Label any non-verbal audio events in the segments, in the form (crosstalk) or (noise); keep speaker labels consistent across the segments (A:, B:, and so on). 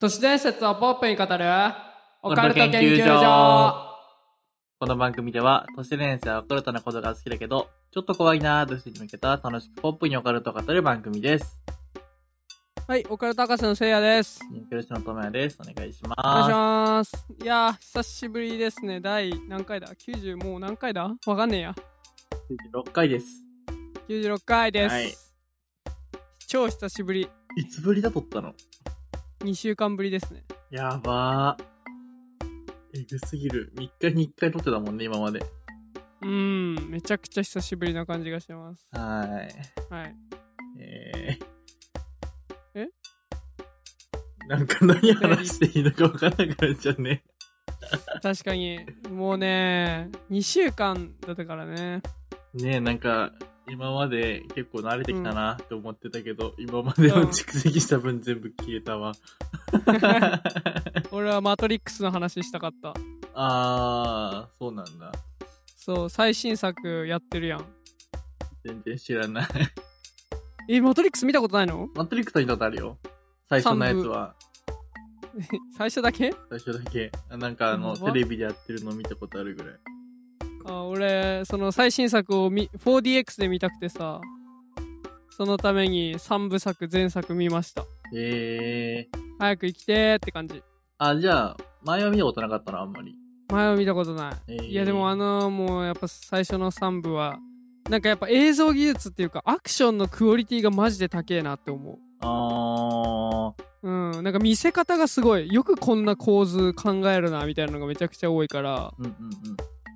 A: 都市伝説をポップに語るオ
B: オ
A: カル
B: カル
A: ト研
B: ト研
A: 究所
B: 究所この番組では、都市伝説やオカルトなことが好きだけど、ちょっと怖いなーという人に向けた楽しくポップにオカルトを語る番組です。
A: はいオカルト博士のせいやです
B: よろしのともやです。お願いします。
A: お願いしますいやー久しぶりですね第何回だ90もう何回だわかんねえや
B: 96回です。
A: 96回です、
B: はい
A: 超久しぶり
B: いつぶりだ撮ったの
A: 2週間ぶりですね
B: やばー。えぐすぎる。3日に1回撮ってたもんね、今まで。
A: うーんめちゃくちゃ久しぶりな感じがしてます
B: はーい。
A: はい
B: えー。
A: え
B: なんか何話していいのかわからなくなっちゃうね。
A: 確かにもうね2週間だったから (laughs) ね
B: ねえ、なんか、今まで結構慣れてきたなって思ってたけど、今まで
A: う
B: の
A: ん
B: 蓄積した分全部消えたわ。
A: 俺はマトリックスの話したかった
B: あー、そうなんだ。
A: そう最新作やってるやん
B: 全然知らない。
A: えマトリックス見たことないの (laughs)
B: マトリックスは見たことあるよ。最初のやつは、
A: 最初だけ
B: 最初だけ。あなんかあの、
A: やば
B: テレビでやってるの見たことあるぐらい。
A: あ俺その最新作をみ 4DX で見たくてさそのために3部作全作見ました
B: えー。
A: 早く生きてーって感じ
B: あ、じゃあ、前は見たことなかったな、あんまり。
A: 前は見たことない、
B: えー
A: いやでもあのもうやっぱ最初の3部はなんかやっぱ映像技術っていうかアクションのクオリティがマジで高えなって思
B: あ
A: う
B: ー、
A: うんなんか見せ方がすごいよくこんな構図考えるなみたいなのがめちゃくちゃ多いから
B: うんうん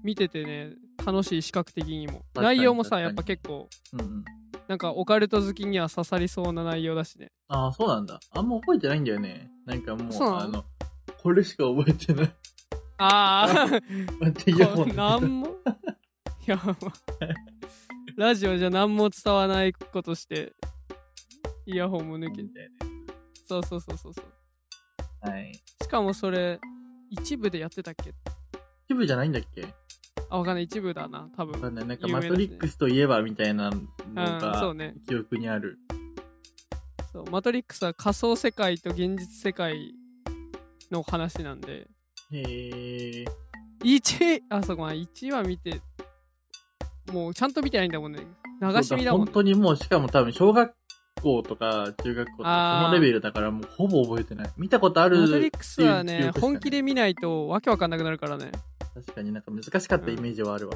A: 見ててね楽しい視覚的にも
B: 確かに
A: 内容もさ
B: 確かに
A: やっぱ結構
B: うん。うんうん。
A: なんかオカルト好きには刺さりそうな内容だしね
B: ああ、そうなんだ。あんま覚えてないんだよね。なんかもう、
A: そうなの
B: あの、これしか覚えてない。 (laughs)
A: あ (laughs) あ
B: 待って、イヤホンで
A: (laughs) 何もいやばラジオじゃ何も伝わないことしてイヤホンも抜け
B: み
A: て
B: たい
A: そうそうそうそうそう
B: なはい。
A: しかもそれ一部でやってたっけ
B: 一部じゃないんだっけ
A: あわかんない一部だな多
B: わか
A: 分
B: んない。なんか、
A: 有名
B: マ
A: だね
B: トリックスといえばみたいなの
A: うんそう
B: が、
A: ね
B: 記憶にある。
A: そうマトリックスは仮想世界と現実世界の話なんで
B: へえ。
A: 1あそうごめん1は見てもうちゃんと見てないんだもんね流し見だもん
B: 本
A: ね
B: 当にもう、しかも多分、小学校とか、中学校とか
A: あ、ー
B: そのレベルだから、もうほぼ覚えてない。見たことある。
A: マトリックスは
B: ってい
A: ね
B: う記憶しかない
A: 本気で見ないとわけわかんなくなるからね
B: 確かになんか難しかったイメージはあるわ。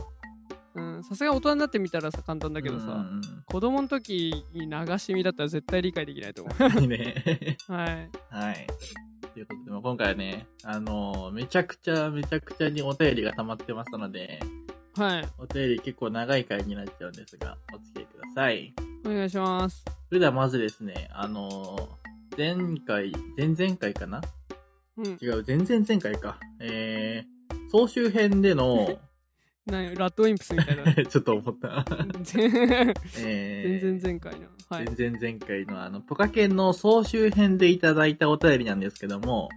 A: うんさすがに大人になってみたらさ簡単だけどさ、
B: うんうん
A: 子供の時に流し見だったら絶対理解できないと思
B: (laughs) うん。いいね。
A: うはい
B: はい。ということで、まあ今回はね、あのーめちゃくちゃめちゃくちゃにお便りが溜まってますので、
A: はい
B: お便り結構長い回になっちゃうんですが、お付き合いください。
A: お願いします
B: それではまずですね、あのー前回、前々回かな
A: うん
B: 違う、前々前回か。えー、総集編での、 (laughs)
A: なんラッドウィンプスみたいな
B: ちょっと
A: (laughs)
B: 思った。
A: 全
B: えー、
A: 然前回のはい
B: 前々前回のあの、ポカケンの総集編でいただいたお便りなんですけども、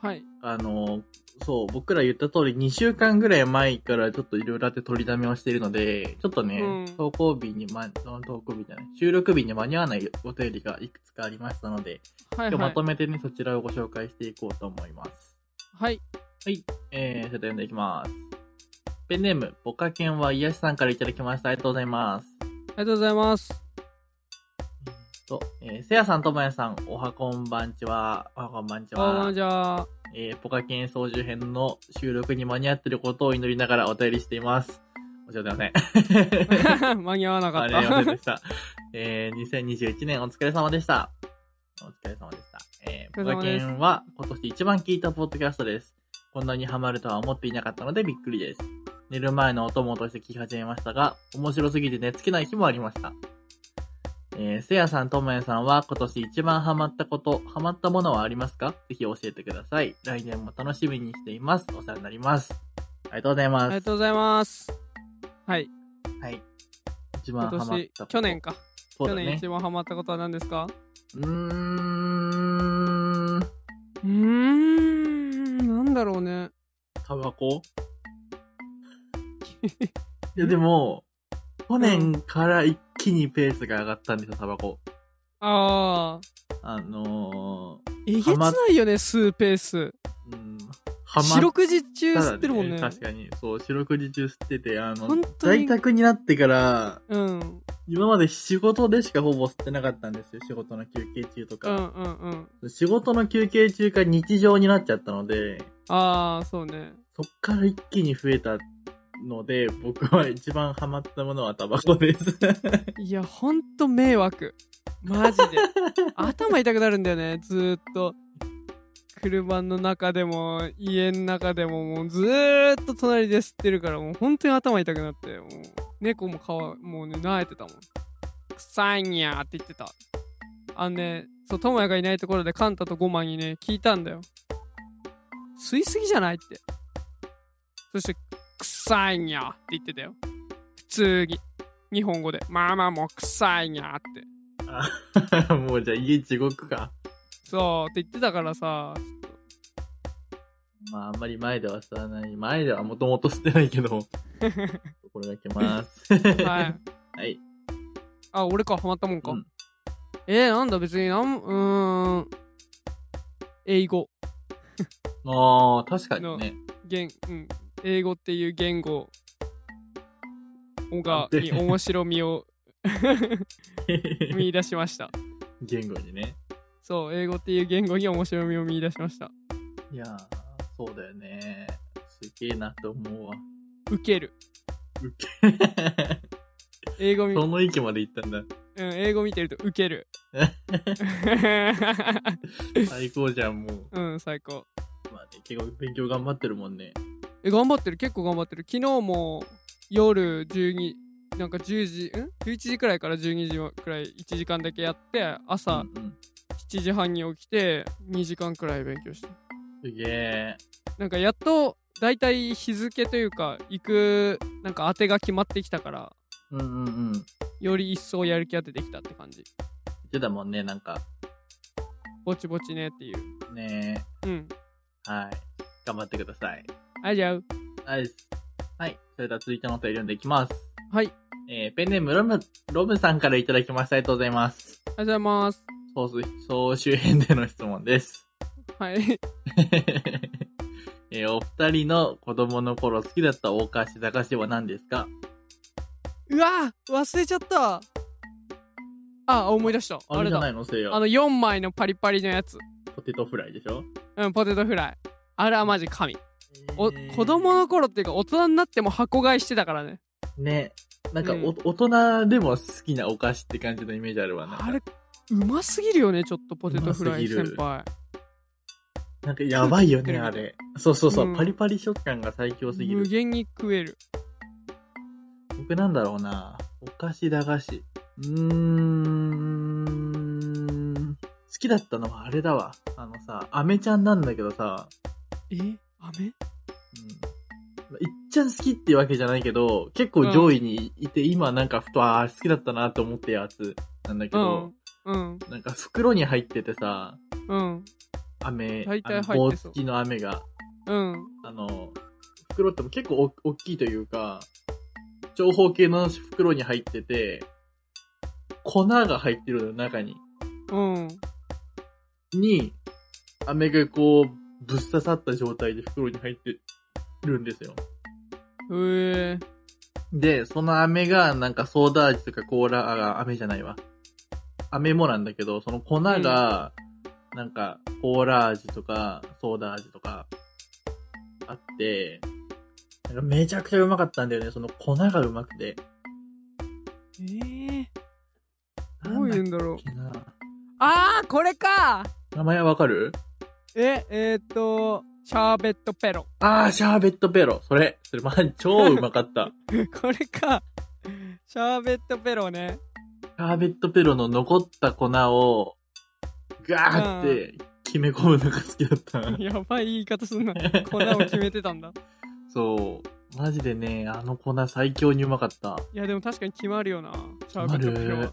A: はい
B: あの、そう、僕ら言った通り2週間ぐらい前からちょっといろいろあって取りだめをしているので、ちょっとね、
A: うん
B: 投稿日に、ま、投稿日じゃない、収録日に間に合わないお便りがいくつかありましたので、
A: はい
B: 今
A: は
B: 日ま
A: い
B: とめてね、そちらをご紹介していこうと思います。
A: はい
B: えー、ちょっと読んでいきます。ペンネーム、ボカケンは癒しさんからいただきました。ありがとうございます。
A: ありがとうございます
B: と、えー、せやさん、ともやさん、おはこんばんちは、おはこんばんち
A: あ
B: は。
A: ーじゃあ (laughs)
B: えーポカケン操縦編の収録に間に合ってることを祈りながらお便りしています。お世話になりません。
A: 間に合わなか
B: あ
A: っ
B: れ、お世
A: た
B: でした。 (laughs) えー2021年お疲れ様でした。お疲れ様でした。えー
A: お疲
B: ポ
A: れ
B: カ
A: 様
B: ケ
A: です
B: ンは今年一番聞いたポッドキャストです。こんなにハマるとは思っていなかったのでびっくりです。寝る前のお供として聞き始めましたが、面白すぎて寝つけない日もありました。えー、せやさん、ともやさんは今年一番ハマったこと、ハマったものはありますかぜひ教えてください。来年も楽しみにしています。お世話になります。ありがとうござい
A: あ
B: ま
A: りが
B: す
A: と。うございますはい
B: はい。一番
A: 今
B: ハマった
A: 年
B: こと
A: 去年、か
B: そうだ
A: 去
B: ね
A: 年一番ハマったことは何ですか
B: うーん。
A: うーんなんだろうね
B: タ
A: (laughs)
B: バコいや、でも、去年から一気にペースが上がったんですよ、タバコ。
A: ああ
B: あの
A: えげつないよね、吸うペース。
B: ー、うん、ハ
A: 四六時中吸ってるもんね。
B: 確かに。そう、四六時中吸ってて、あの
A: 本、当
B: 在
A: に。
B: 宅になってから、
A: うん。うん
B: 今まで仕事でしかほぼ吸ってなかったんですよ。仕事の休憩中と
A: うんう
B: か。
A: ん。
B: 仕事の休憩中が日常になっちゃったので、
A: ああ、そうね。
B: そっから一気に増えたので、僕は一番ハマったものはタバコです。
A: いや、ほんと迷惑。マジで。頭痛くなるんだよね、ずーっと。車の中でも、家の中でも、もうずーっと隣で吸ってるから、もう本当に頭痛くなって、もう、猫もかわ、もうね、泣いてたもん。臭いにゃーって言ってた。あのね、そう、智也がいないところでカンタとゴマにね、聞いたんだよ。吸いすぎじゃないって。そして、臭いにゃーって言ってたよ。普通に。日本語で。まあまあもう臭いにゃーって。
B: (laughs) もうじゃあ家地獄か。
A: そうって言ってたから
B: (laughs)
A: さ、
B: まああんまり前では吸わない。前ではもともと吸ってないけ (laughs) ど。これだけます。
A: はい。
B: はい。
A: あ、俺か、ハマったもんか。
B: うん
A: えー、なんだ、別になん、うーん、英語、
B: ああ、確かにね。
A: 言、うん、英語っていう言語が、
B: で
A: に面白みを見出しま
B: (laughs)
A: した。
B: 言語にね。
A: そう、英語っていう言語に面白みを見出しました。
B: いやー、そうだよね。すげえなと思 (laughs) うわ。
A: 受ける。英語見、う
B: そ
A: ん、
B: の域まで行ったんだ。
A: 英語見てると受け
B: (laughs)
A: る。
B: 最高じゃん、もう。
A: うん、最高。
B: まあね、結構勉強頑張ってるもんね。
A: え頑張ってる結構頑張ってる昨日も夜12なんか10時ん11時くらいから12時くらい1時間だけやって朝
B: うんうん、
A: 7時半に起きて2時間くらい勉強した
B: すげえ。
A: なんかやっとだいたい日付というか行くなんか当てが決まってきたから
B: うんうんうん。言
A: より一層やる気が出てきたって感じ
B: ってたもんね、なんか。
A: ぼちぼちねっていう
B: ね
A: うん
B: え。はい。頑張ってください。
A: あじゃあ
B: はい。はい。それでは続いてのお便り読んでいきます。
A: はい
B: えー、ペンネームロム、ロムさんからいただきました。ありがとうございます。
A: ありがとうございます
B: 総集総集編での質問です。 (laughs)
A: はい (laughs)
B: えー、お二人の子供の頃好きだった大川市高市は何ですか
A: うわ忘れちゃったあ思い出した
B: あ
A: あ
B: れ
A: れ
B: じゃ
A: だ
B: ないのせいや
A: あ。の4枚のパリパリのやつ。
B: ポテトフライでしょ
A: うん、ポテトフライ。あれはマジ神。お
B: えー
A: 子供の頃っていうか大人になっても箱買いしてたからね。
B: ね。なんかお、
A: うん
B: 大人でも好きなお菓子って感じのイメージあるわ。なんか
A: あれ、うますぎるよね、ちょっとポテトフライ
B: うますぎる
A: 先輩。
B: なんかやばいよ
A: 食って (laughs)
B: ね、
A: る
B: あれ。そうそうそう、
A: うん
B: パリパリ食感が最強すぎ
A: 無
B: る。
A: 限に食える。
B: 僕なんだろうな。お菓子駄菓子。うーん。好きだったのはあれだわ。あのさ、アメちゃんなんだけどさ、
A: え飴
B: うん。いっちゃん好きってわけじゃないけど、結構上位にいて、今なんかふと、ああ、好きだったなと思ってやつなんだけ
A: う
B: ど
A: ん、。うん。
B: なんか袋に入っててさ、
A: うん。
B: 飴、
A: 大体入ってそう
B: 棒付きの飴が、
A: うん。
B: あの、袋って結構お大きいというか、長方形の袋に入ってて、粉が入ってるのよ中に。
A: うん。
B: に、飴がこう、ぶっ刺さった状態で袋に入ってるんですよ。
A: へえ。
B: で、その飴が、なんかソーダ味とかコーラ、あ、飴じゃないわ。飴もなんだけど、その粉が、なんか、コーラ味とか、ソーダ味とか、あって、なんかめちゃくちゃうまかったんだよね、その粉がうまくて。
A: えー、
B: な
A: ど
B: ん
A: う
B: だ
A: いう
B: っ
A: んだろう。
B: けな
A: あー、これか
B: 名前はわかる
A: え、えー、っと、シャーベットペロ。 (laughs)
B: あー、シャーベットペロ。それ、それ、ま、超うまかった。
A: これか。シャーベットペロね。
B: シャーベットペロの残った粉を、ガーって、決め込むのが好きだった。
A: やばい言い方すんな。粉を決めてたんだ。
B: そう。マジでね、あの粉最強にうまかった。
A: いやでも確かに決まるよな。シャー
B: ま
A: ベットペロ
B: る
A: は。。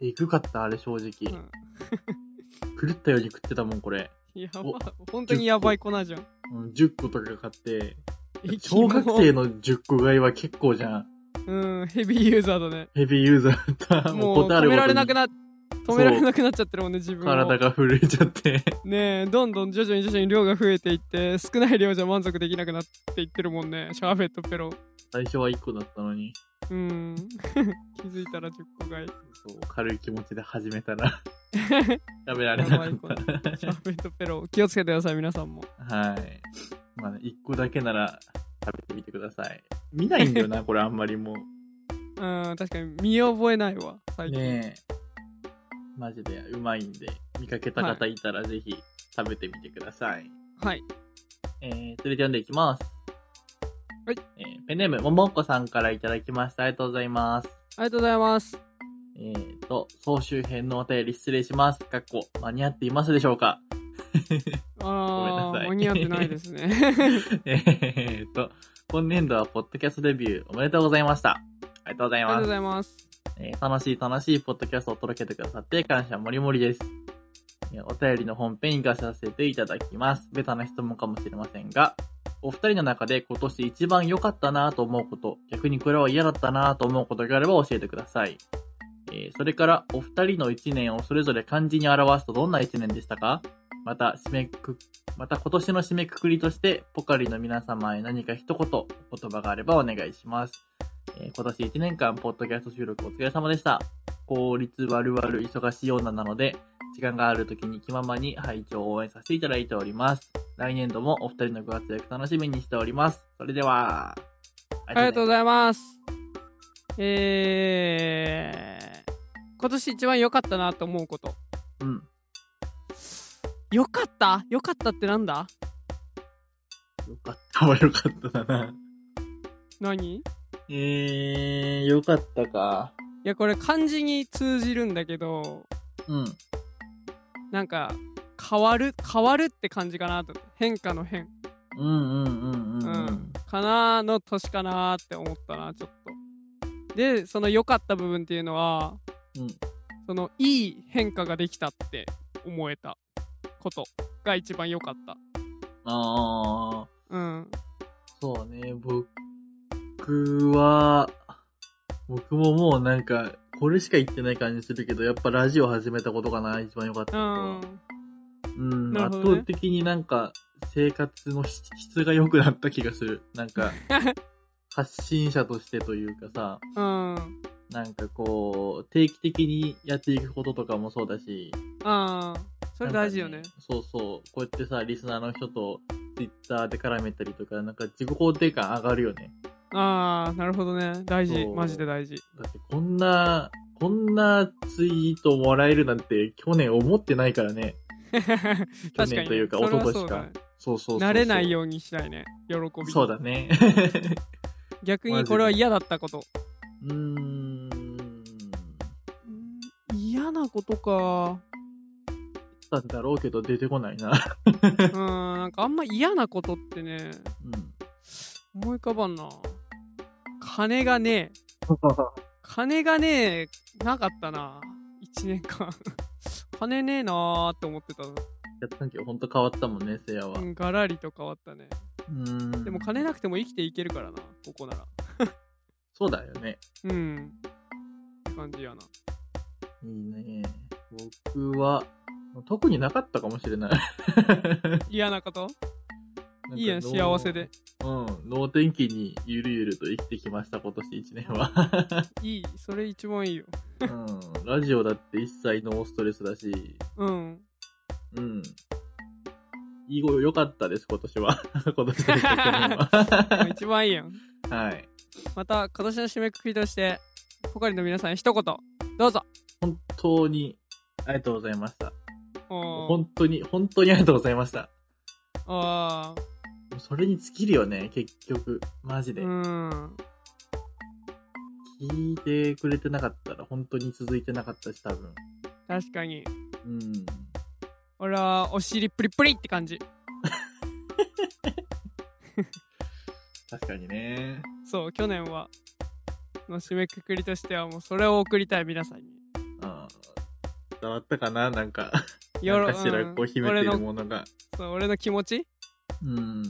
B: えぐかった、あれ正直。狂ったように食ってたもん、これ。
A: うん、やば。本当にやばい粉じゃん。
B: うん、10個とか買って。
A: え
B: 小学生の10個買いは結構じゃん。
A: うん、ヘビーユーザーだね。
B: ヘビーユーザーだった。
A: (laughs) もう
B: ことあ
A: 止
B: る
A: めら
B: ごと
A: れ
B: に
A: なくなっ止められなくなっちゃってるもんね、自分を
B: 体が震えちゃって。
A: ねえ、どんどん徐々に徐々に量が増えていって、少ない量じゃ満足できなくなっていってるもんね、シャーベットペロ。
B: 最初は1個だったのに、
A: うん。 (laughs) 気づいたら10個買い。
B: そう軽い気持ちで始め
A: (laughs)
B: たら食べられ
A: や
B: な
A: ば
B: か
A: い
B: っ
A: これシャーベットペロ。気をつけてください、皆さんも。
B: た。はい。まあね、1個だけなら食べてみてください。見ないんだよな、これあんまりも
A: うん、確かに見覚えないわ、
B: う。
A: 最近。
B: ねえ。マジでうまいんで、見かけた方いたらぜひ食べてみてください。
A: はい。
B: えー、それで読んでいきます。
A: はい。
B: えー、ペンネーム、ももっこさんからいただきました。ありがとうございます。
A: ありがとうございます。
B: えーと、総集編のお便り失礼します。かっこ、間に合っていますでしょう
A: (laughs)
B: か
A: あ
B: ごめんな
A: ー、間に
B: さい
A: 合ってないですね。
B: えーと、今年度はポッドキャストデビューおめでとうございました。ありがとうござい
A: ありがとう
B: ま
A: ご
B: す。
A: ざいます。
B: えー楽しい楽しいポッドキャストを届けてくださって感謝もりもりです。えーお便りの本編に行かさせていただきます。ベタな質問かもしれませんが、お二人の中で今年一番良かったなぁと思うこと、逆にこれは嫌だったなぁと思うことがあれば教えてください。えーそれから、お二人の一年をそれぞれ漢字に表すとどんな一年でしたかまた、締めく、また今年の締めくくりとして、ポカリの皆様へ何か一言、お言葉があればお願いします。えー今年1年間、ポッドキャスト収録お疲れ様でした。効率悪々忙しい女なので、時間がある時に気ままに拝聴を応援させていただいております。来年度もお二人のご活躍楽しみにしております。それでは、あ
A: ありがとうご
B: ざい
A: ざいます。えー、今年一番良かったなと思うこと。
B: ます。うん。
A: 良かった良かったってなんだ
B: よかった (laughs) はよかっただな。
A: 何い
B: えー、よかったか。
A: や、これ漢字に通じるんだけど、
B: うん。
A: なんか、変わる、変わるって感じかなと。変化の変。
B: うんうんうんうんう
A: うんん。かなーの年かなーって思ったな、ちょっと。で、その良かった部分っていうのは、
B: うん。
A: そのいい変化ができたって思えたことが一番良かっ
B: あー、
A: た。うん。
B: そうね、僕は、僕ももうなんか、これしか言ってない感じするけど、やっぱラジオ始めたことかな、一番良かった
A: う
B: ことは
A: ん。。
B: うん、
A: なるほ
B: 圧
A: どね
B: 倒的になんか、生活の質質が良くなった気がする。な
A: (laughs)
B: んか、発信者としてというかさ、
A: うん。
B: なんかこう、定期的にやっていくこととかもそうだし、
A: ああ、それ大事よ
B: な
A: ね
B: んか。そうそう。こうやってさ、リスナーの人とツイッターで絡めたりとか、なんか自己肯定感上がるよね。
A: ああ、なるほどね。大事。
B: そう
A: マジで大
B: (laughs)
A: 事。
B: だってこんな、こんなツイートもらえるなんて去年思ってないからね。
A: 確か
B: 去
A: にね。
B: 年というか
A: そ
B: 一
A: れ
B: 昨
A: は
B: 年
A: そうだ
B: か
A: ね。
B: そうそうそうそう。
A: 慣れないようにしたいね。喜び。
B: そうだね。
A: 逆にこれは嫌だったこと。
B: (laughs) うーん。
A: 嫌なことか。
B: なんだろうけど出てこないな。
A: うん、なんかあんま嫌なことってね、
B: うん。
A: 思い浮かばんな。金がねえ。金がねえ、なかったな。一年間。 (laughs) 金ねえなーって思ってた。
B: やったけど、ほんと変わったもんね、せいやは。
A: う、
B: うん
A: ガラリと変わったね。
B: ーん。
A: でも金なくても生きていけるからな、ここなら。
B: そうだよね。
A: うん。って感じや
B: (laughs)
A: な。
B: いいね。僕は、特になかったかもしれない。
A: 嫌なこといいやん、
B: なんか脳
A: 幸せで。。
B: うん。脳天気にゆるゆると生きてきました、今年1年は。
A: いい、それ一番いいよ。
B: うん。ラジオだって一切ノーストレスだし、
A: うん。
B: うん。いいご良かったです、今年は。 (laughs) 今年の1
A: (laughs)
B: 年は
A: 一番いいやん。
B: はい。
A: また、今年の締めくくりとして、ポカリの皆さん一言、どうぞ。
B: 本当に、ありがとうございました。
A: おー
B: 本当に、本当にありがとうございました。
A: あ
B: それに尽きるよね、結局。マジ
A: ー
B: で。
A: うん。
B: 聞いてくれてなかったら、本当に続いてなかったし、多分。
A: 確かに。
B: うん。
A: 俺は、お尻プリプリって感じ。
B: 確かにね。
A: そう、去年は、の締めくくりとしては、もうそれを送りたい、皆さんに。
B: あー伝わったかななんか、
A: (laughs) よろ
B: 何かしらこう秘めてい
A: うん
B: る
A: 俺の
B: ものが。
A: そう俺の気持ち
B: うん。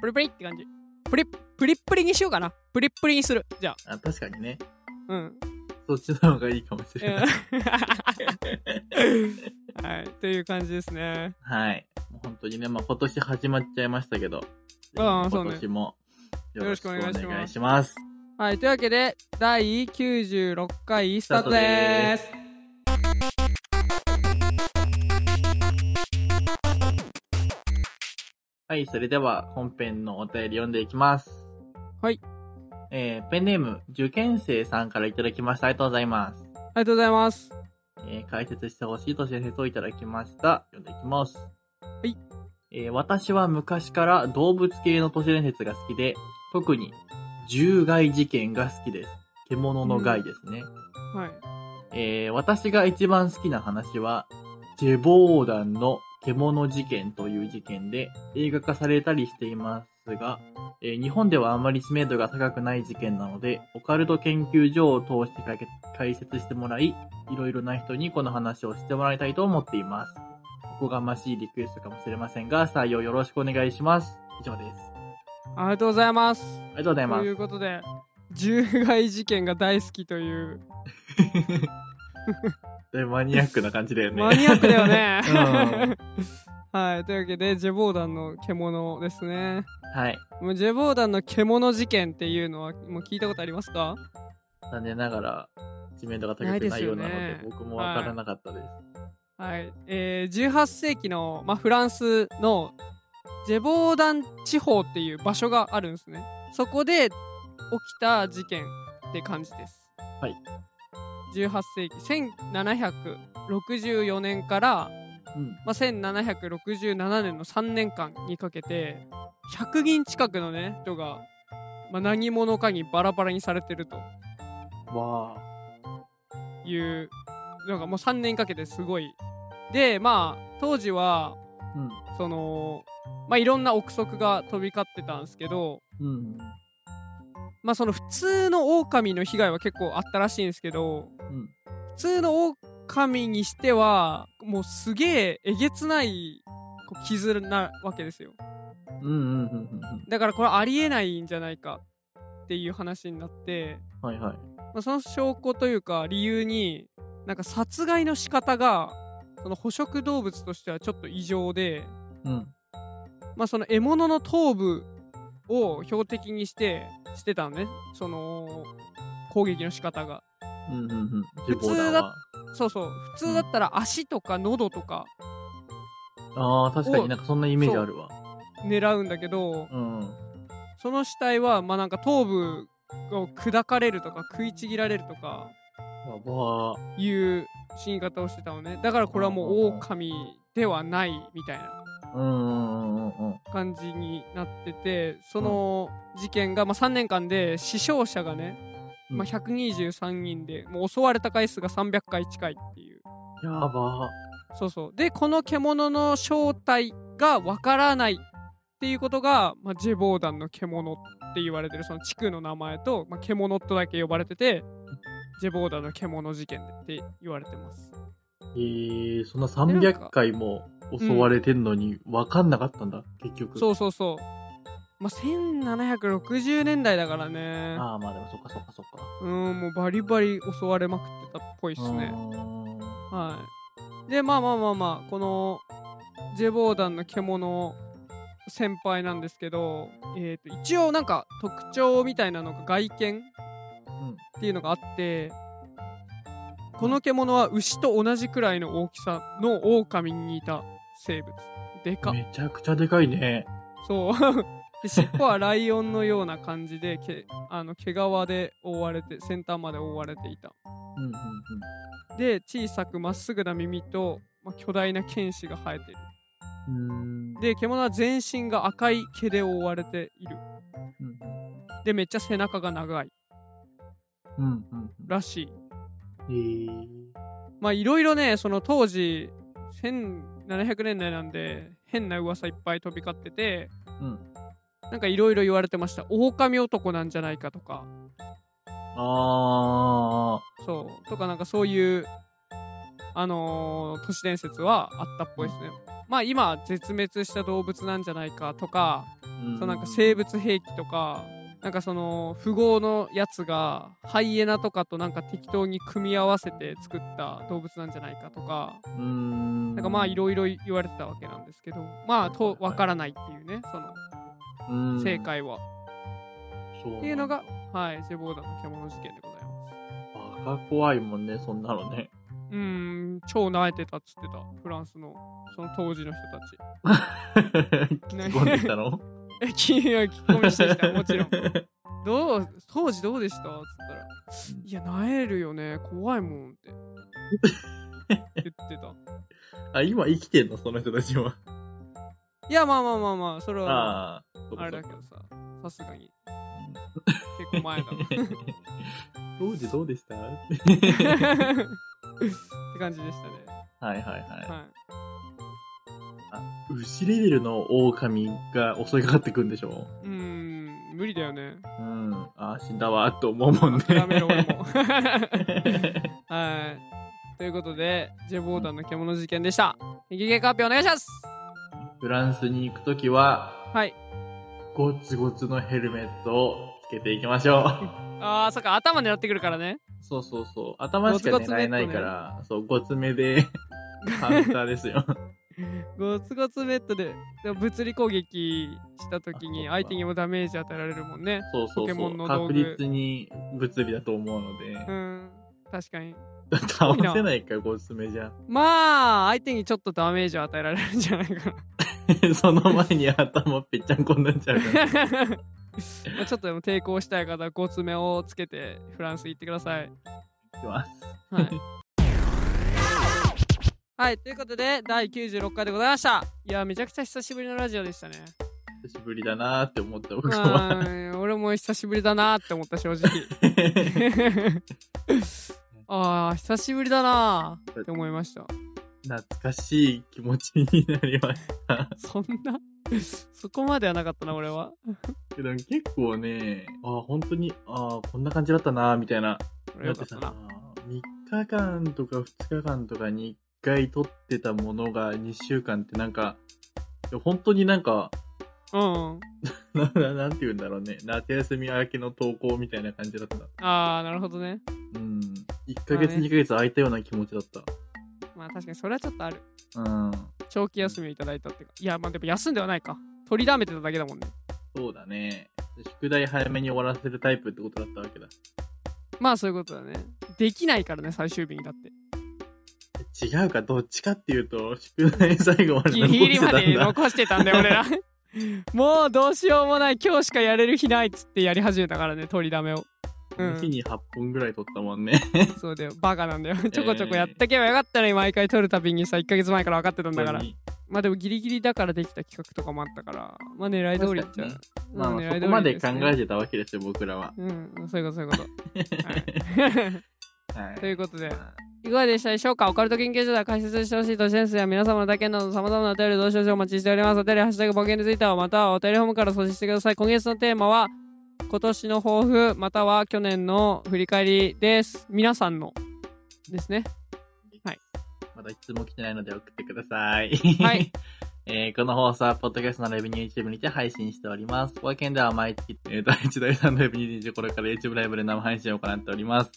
A: プリプリって感じ。プリ、プリップリにしようかな。プリップリにする。じゃ
B: あ、確かにね。
A: あ。うん。 (laughs)
B: そっちの方がいいかもし
A: うん
B: れない。
A: はい、という感じですね。
B: (laughs) はい。もう本当にね、まあ今年始まっちゃいましたけど、
A: ああそう
B: 今
A: ね
B: 年もよろしくお願いし
A: よろしくお願
B: ま
A: い
B: す。
A: しはい、というわけで、第96回スタートでーす。
B: はい、それでは本編のお便り読んでいきます。
A: はい。
B: えーペンネーム、受験生さんからいただきました。ありがとうございます。
A: ありがとうございます。。
B: えー解説してほしいと先生をいただきました。読んでいきます。はいえー私は昔から動物系の都市伝説が好きで、特に、獣害事件が好きです。獣の害ですね。
A: はい。
B: えー私が一番好きな話は、ジェボーダンの獣事件という事件で映画化されたりしていますが、えー日本ではあまり知名度が高くない事件なので、オカルト研究所を通して解決解説してもらい、いろいろな人にこの話をしてもらいたいと思っています。おこがましいリクエストかもしれませんが、採用よろしくお願いします。以上です。
A: ありがとうございます。
B: ありがとうございま
A: とい
B: す
A: う。ことで、獣害事件が大好きという、
B: でマニアックな感じだよね。。
A: マニアックだよね
B: うん
A: (laughs) はい、というわけで、ジェボーダンの獣ですね。
B: はい。
A: もうジェボーダンの獣事件っていうのは、もう聞いたことありますか
B: 残念ながら知名度が高くないようなので
A: ないですよね
B: 僕もわからなかったです。
A: はい、えー、18世紀の、まあ、フランスのジェボーダン地方っていう場所があるんですねそこで起きた事件って感じです
B: はい
A: 18世紀1764年から、
B: うん
A: まあ、1767年の3年間にかけて100人近くのね人が、まあ、何者かにバラバラにされてると
B: わあ。
A: いうなんかもう3年かけてすごいでまあ当時は
B: うん。
A: そのまあいろんな憶測が飛び交ってたんですけど
B: うん。
A: まあその普通の狼の被害は結構あったらしいんですけど
B: うん。
A: 普通の狼にしてはもうすげええげつないこう傷なわけですよ
B: うん。うん。うん。うん。
A: だからこれありえないんじゃないかっていう話になって、
B: はいはい。
A: まあ、その証拠というか理由になんか殺害の仕方がその捕食動物としてはちょっと異常で
B: うん。
A: まあ、その獲物の頭部を標的にしてしてたのねその攻撃の仕方が
B: うん。うん。うん。
A: 普通だ
B: ジェボーダンは
A: そうそう普通だったら足とか喉とか
B: ああ、確かになんかそんなイメージあるわ。
A: 狙うんだけど
B: うん。うん。
A: その死体はまあなんか頭部を砕かれるとか食いちぎられるとか
B: やばー
A: いう死に方をしてたのねだからこれはもう狼ではないみたいな
B: うん。うん。うん。うん。
A: 感じになっててその事件がまあ3年間で死傷者がね、
B: うん
A: まあ、123人でもう襲われた回数が300回近いっていう
B: やば
A: そうそうでこの獣の正体がわからないっていうことが、まあ、ジェボーダンの獣って言われてるその地区の名前と、まあ、獣とだけ呼ばれててジェボーダンの獣事件って言われてます
B: ー。えー、そんな
A: でなん
B: 300
A: か
B: 回も襲われてんのに分かんなかったんだ、結局。。
A: そううそうそうまあ1760年代だからね
B: ああ、まあでもそっかそっかそっか。
A: うん、もうバリバリ襲われまくってたっぽいっすね。はい。で、まあまあまあまあ、この、ジェボーダンの獣先輩なんですけど、えー、と一応なんか特徴みたいなのが外見っ
B: うん。
A: ていうのがあって、この獣は牛と同じくらいの大きさの狼に似た生物。でかっ。
B: めちゃくちゃでかいね。
A: そう。 (laughs) で尻尾はライオンのような感じで、けあの毛皮で覆われて、先端まで覆われていた。
B: うん。うん。
A: で小さくまっすぐな耳と、まあ巨大な剣歯が生えている
B: うん。うん。
A: で獣は全身が赤い毛で覆われている
B: うん。
A: でめっちゃ背中が長い
B: うん。うん。うん。
A: らしい
B: えー。
A: まあいろいろねその当時1700年代なんで変な噂いっぱい飛び交ってて
B: うん。
A: なんかいろいろ言われてました狼男なんじゃないかとか
B: あ
A: そうとかなんかそういうあのー都市伝説はあったっぽいですねまあ今絶滅した動物なんじゃないかとか
B: あ。
A: そうなんか生物兵器とかなんかその富豪のやつがハイエナとかとなんか適当に組み合わせて作った動物なんじゃないかとか
B: うーん。
A: なんかまあいろいろ言われてたわけなんですけどまあとわからないっていうねその正解は、
B: そう。
A: っていうのが。はいジェボーダの獣事件でございます
B: バカ怖いもんね、そんな
A: (laughs)
B: のね。
A: うーん超慣れてたっつってたフランスのその当時の人たち
B: 聞き込んできたの
A: (laughs) え聞いや聞き込みしてきたも
B: (laughs)
A: ちろんどう当時どうでしたっつったら「いやなえるよね怖いもん」っ
B: (laughs)
A: て言ってた
B: あ、今生きてんのその人たちは。
A: いやまあまあまあまあそれは
B: ああ、そっか
A: あれだけどささす
B: (laughs)
A: がに結構前だな
B: 当時どうでしたはい
A: って感じでしたね
B: はいは。
A: はい
B: 牛レベルの狼が襲いかかってくんでしょ
A: いうーん無理だよね
B: うん。あー死んだわーって思うもんね。
A: やめろ俺
B: (laughs)
A: もはいということでジェボーダンの獣事件でした激ゲカ発表お願いします
B: フランスに行くときは、
A: はい
B: ゴツゴツのヘルメットをつけていきましょ
A: (laughs)
B: う。
A: あーそっか頭狙ってくるからね
B: そうそうそう。頭しか
A: ゴツゴツ
B: 狙えないから、そう、ごつめで、 (laughs) カウンターです
A: (laughs)
B: よ。
A: ゴツゴツベッドででも物理攻撃した時に
B: あそっか
A: 相手にもダメージ与えられるもんね
B: そうそ
A: ポ
B: う
A: ケ
B: そ
A: モン
B: う。
A: の道
B: 確
A: 具
B: 実に物理だと思うので
A: う、ん確かに
B: 倒せないから、ごつめじゃ。 (laughs)
A: まあ相手にちょっとダメージを与えられるんじゃないか
B: (laughs)
A: な
B: その前に頭ぺっちゃんこになっちゃうから。
A: まあちょっとでも抵抗したい方はゴツ目をつけてフランス行ってください
B: いきます。
A: はい、はい、ということで第96回でございましたいやめちゃくちゃ久しぶりのラジオでした
B: (laughs)
A: ね
B: 久しぶりだなーって思った僕は。
A: あー俺も久しぶりだなって思った正直 (laughs) あー久しぶりだなって思いました
B: (laughs) 懐かしい気持ちになりました。
A: そんなそこまではなかったな俺は
B: でも結構ね、あ本当に、あこんな感じだったなーみたいな。
A: 俺よ
B: だっ
A: か
B: て
A: ったな、
B: さ3日間とか2日間とかに1回撮ってたものが2週間ってなんか、いや本当になんか、 (laughs)
A: うん
B: なななんて言うんだろうね。夏休み明けの投稿みたいな感じだった。
A: ああなるほどね
B: うん。1ヶ月
A: まあね
B: 2ヶ月空いたような気持ちだった。
A: まあ確かにそれはちょっとある
B: うん。
A: 長期休みをいただいたっていうかいやまあでも休んではないか取りだめてただけだもんね
B: そうだね。宿題早めに終わらせるタイプってことだったわけだ。
A: まあそういうことだねできないからね最終日にだ
B: (laughs)
A: って
B: 違うか、どっちかっていうと、宿題最後まで
A: ギ
B: 残
A: リギリ
B: してた
A: ま
B: んだ。
A: で残してたんだよ俺ら (laughs) もうどうしようもない今日しかやれる日ないっつってやり始めたからね取りだめをう
B: 日
A: ん、
B: に8本ぐらい撮ったもんね。
A: そうだよバカなんだよちょこちょこやっとけばよかったのに毎回取るたびにさ1ヶ月前から分かってたんだから
B: 本当に
A: まあでもギリギリだからできた企画とかもあったからまあ狙い通りっちゃ
B: 確かにね
A: うん
B: まあま
A: 狙
B: あ、
A: い
B: そ
A: 通
B: こま
A: り
B: で考
A: すね
B: えてたわけですよ、僕らは。
A: うんそういうことそういうことはい
B: (laughs) はい
A: ということで
B: まあ
A: (laughs) いかがでしたでしょうかオカルト研究所では解説してほしい都市伝説や皆様の体験など様々なお便りをどうしようお待ちしております。お便り、ハッシュタグ、冒険についてはまたはお便りホームから送信してください。今月のテーマは、今年の抱負、または去年の振り返りです。皆さんのですね。
B: まだ一通も来てないので送ってください。
A: はい。
B: (laughs) えーこの放送は、ポッドキャストのライブに YouTube にて配信しております。保険では毎月、えー、第1第3ライブ25これから YouTube ライブで生配信を行っております。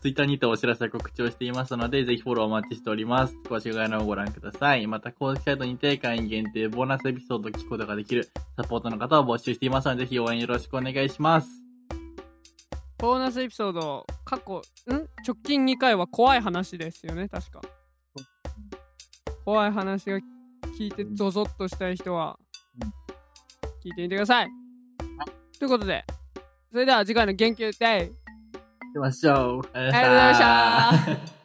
B: Twitter にてお知らせ告知をしていますので、ぜひフォローお待ちしております。詳しく概要欄をご覧ください。また、公式サイトにて会員限定ボーナスエピソードを聞くことができるサポートの方を募集していますので、ぜひ応援よろしくお願いします。
A: ボーナスエピソード、過去、ん直近2回は怖い話ですよね、確か。怖い話が聞いてゾゾッとしたい人は
B: うん、
A: 聞いてみてください。ということで、それでは次回の言及で
B: 行きましょう。あり。
A: ありがとうございました